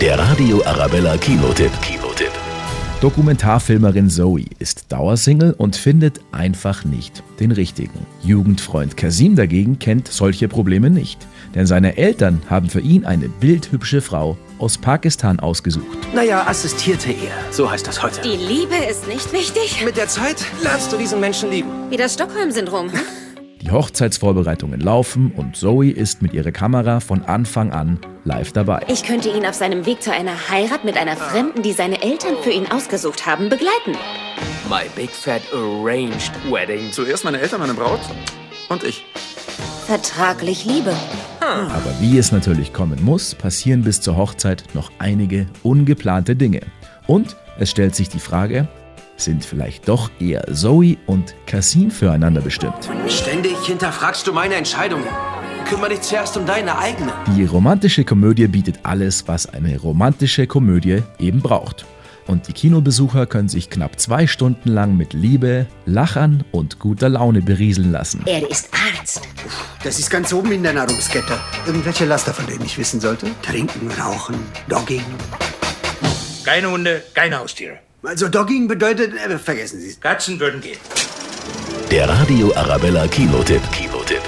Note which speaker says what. Speaker 1: Der Radio Arabella Kinotipp. Kinotipp.
Speaker 2: Dokumentarfilmerin Zoe ist Dauersingle und findet einfach nicht den richtigen. Jugendfreund Kasim dagegen kennt solche Probleme nicht, denn seine Eltern haben für ihn eine bildhübsche Frau aus Pakistan ausgesucht.
Speaker 3: Naja, assistierte Ehe, so heißt das heute.
Speaker 4: Die Liebe ist nicht wichtig?
Speaker 3: Mit der Zeit lernst du diesen Menschen lieben.
Speaker 4: Wie das Stockholm-Syndrom. hm?
Speaker 2: Die Hochzeitsvorbereitungen laufen und Zoe ist mit ihrer Kamera von Anfang an live dabei.
Speaker 4: Ich könnte ihn auf seinem Weg zu einer Heirat mit einer Fremden, die seine Eltern für ihn ausgesucht haben, begleiten.
Speaker 5: My Big Fat Arranged Wedding.
Speaker 6: Zuerst meine Eltern, meine Braut und ich.
Speaker 4: Vertraglich Liebe.
Speaker 2: Aber wie es natürlich kommen muss, passieren bis zur Hochzeit noch einige ungeplante Dinge. Und es stellt sich die Frage, sind vielleicht doch eher Zoe und Kasim füreinander bestimmt.
Speaker 3: Ständig hinterfragst du meine Entscheidungen. Kümmere dich zuerst um deine eigene.
Speaker 2: Die romantische Komödie bietet alles, was eine romantische Komödie eben braucht. Und die Kinobesucher können sich knapp zwei Stunden lang mit Liebe, Lachern und guter Laune berieseln lassen.
Speaker 4: Er ist Arzt.
Speaker 7: Das ist ganz oben in der Nahrungskette. Irgendwelche Laster, von denen ich wissen sollte? Trinken, rauchen, Dogging.
Speaker 8: Keine Hunde, keine Haustiere.
Speaker 7: Also Dogging bedeutet, äh, vergessen Sie es.
Speaker 8: Katzen würden gehen.
Speaker 1: Der Radio Arabella Kinotipp. Kinotipp.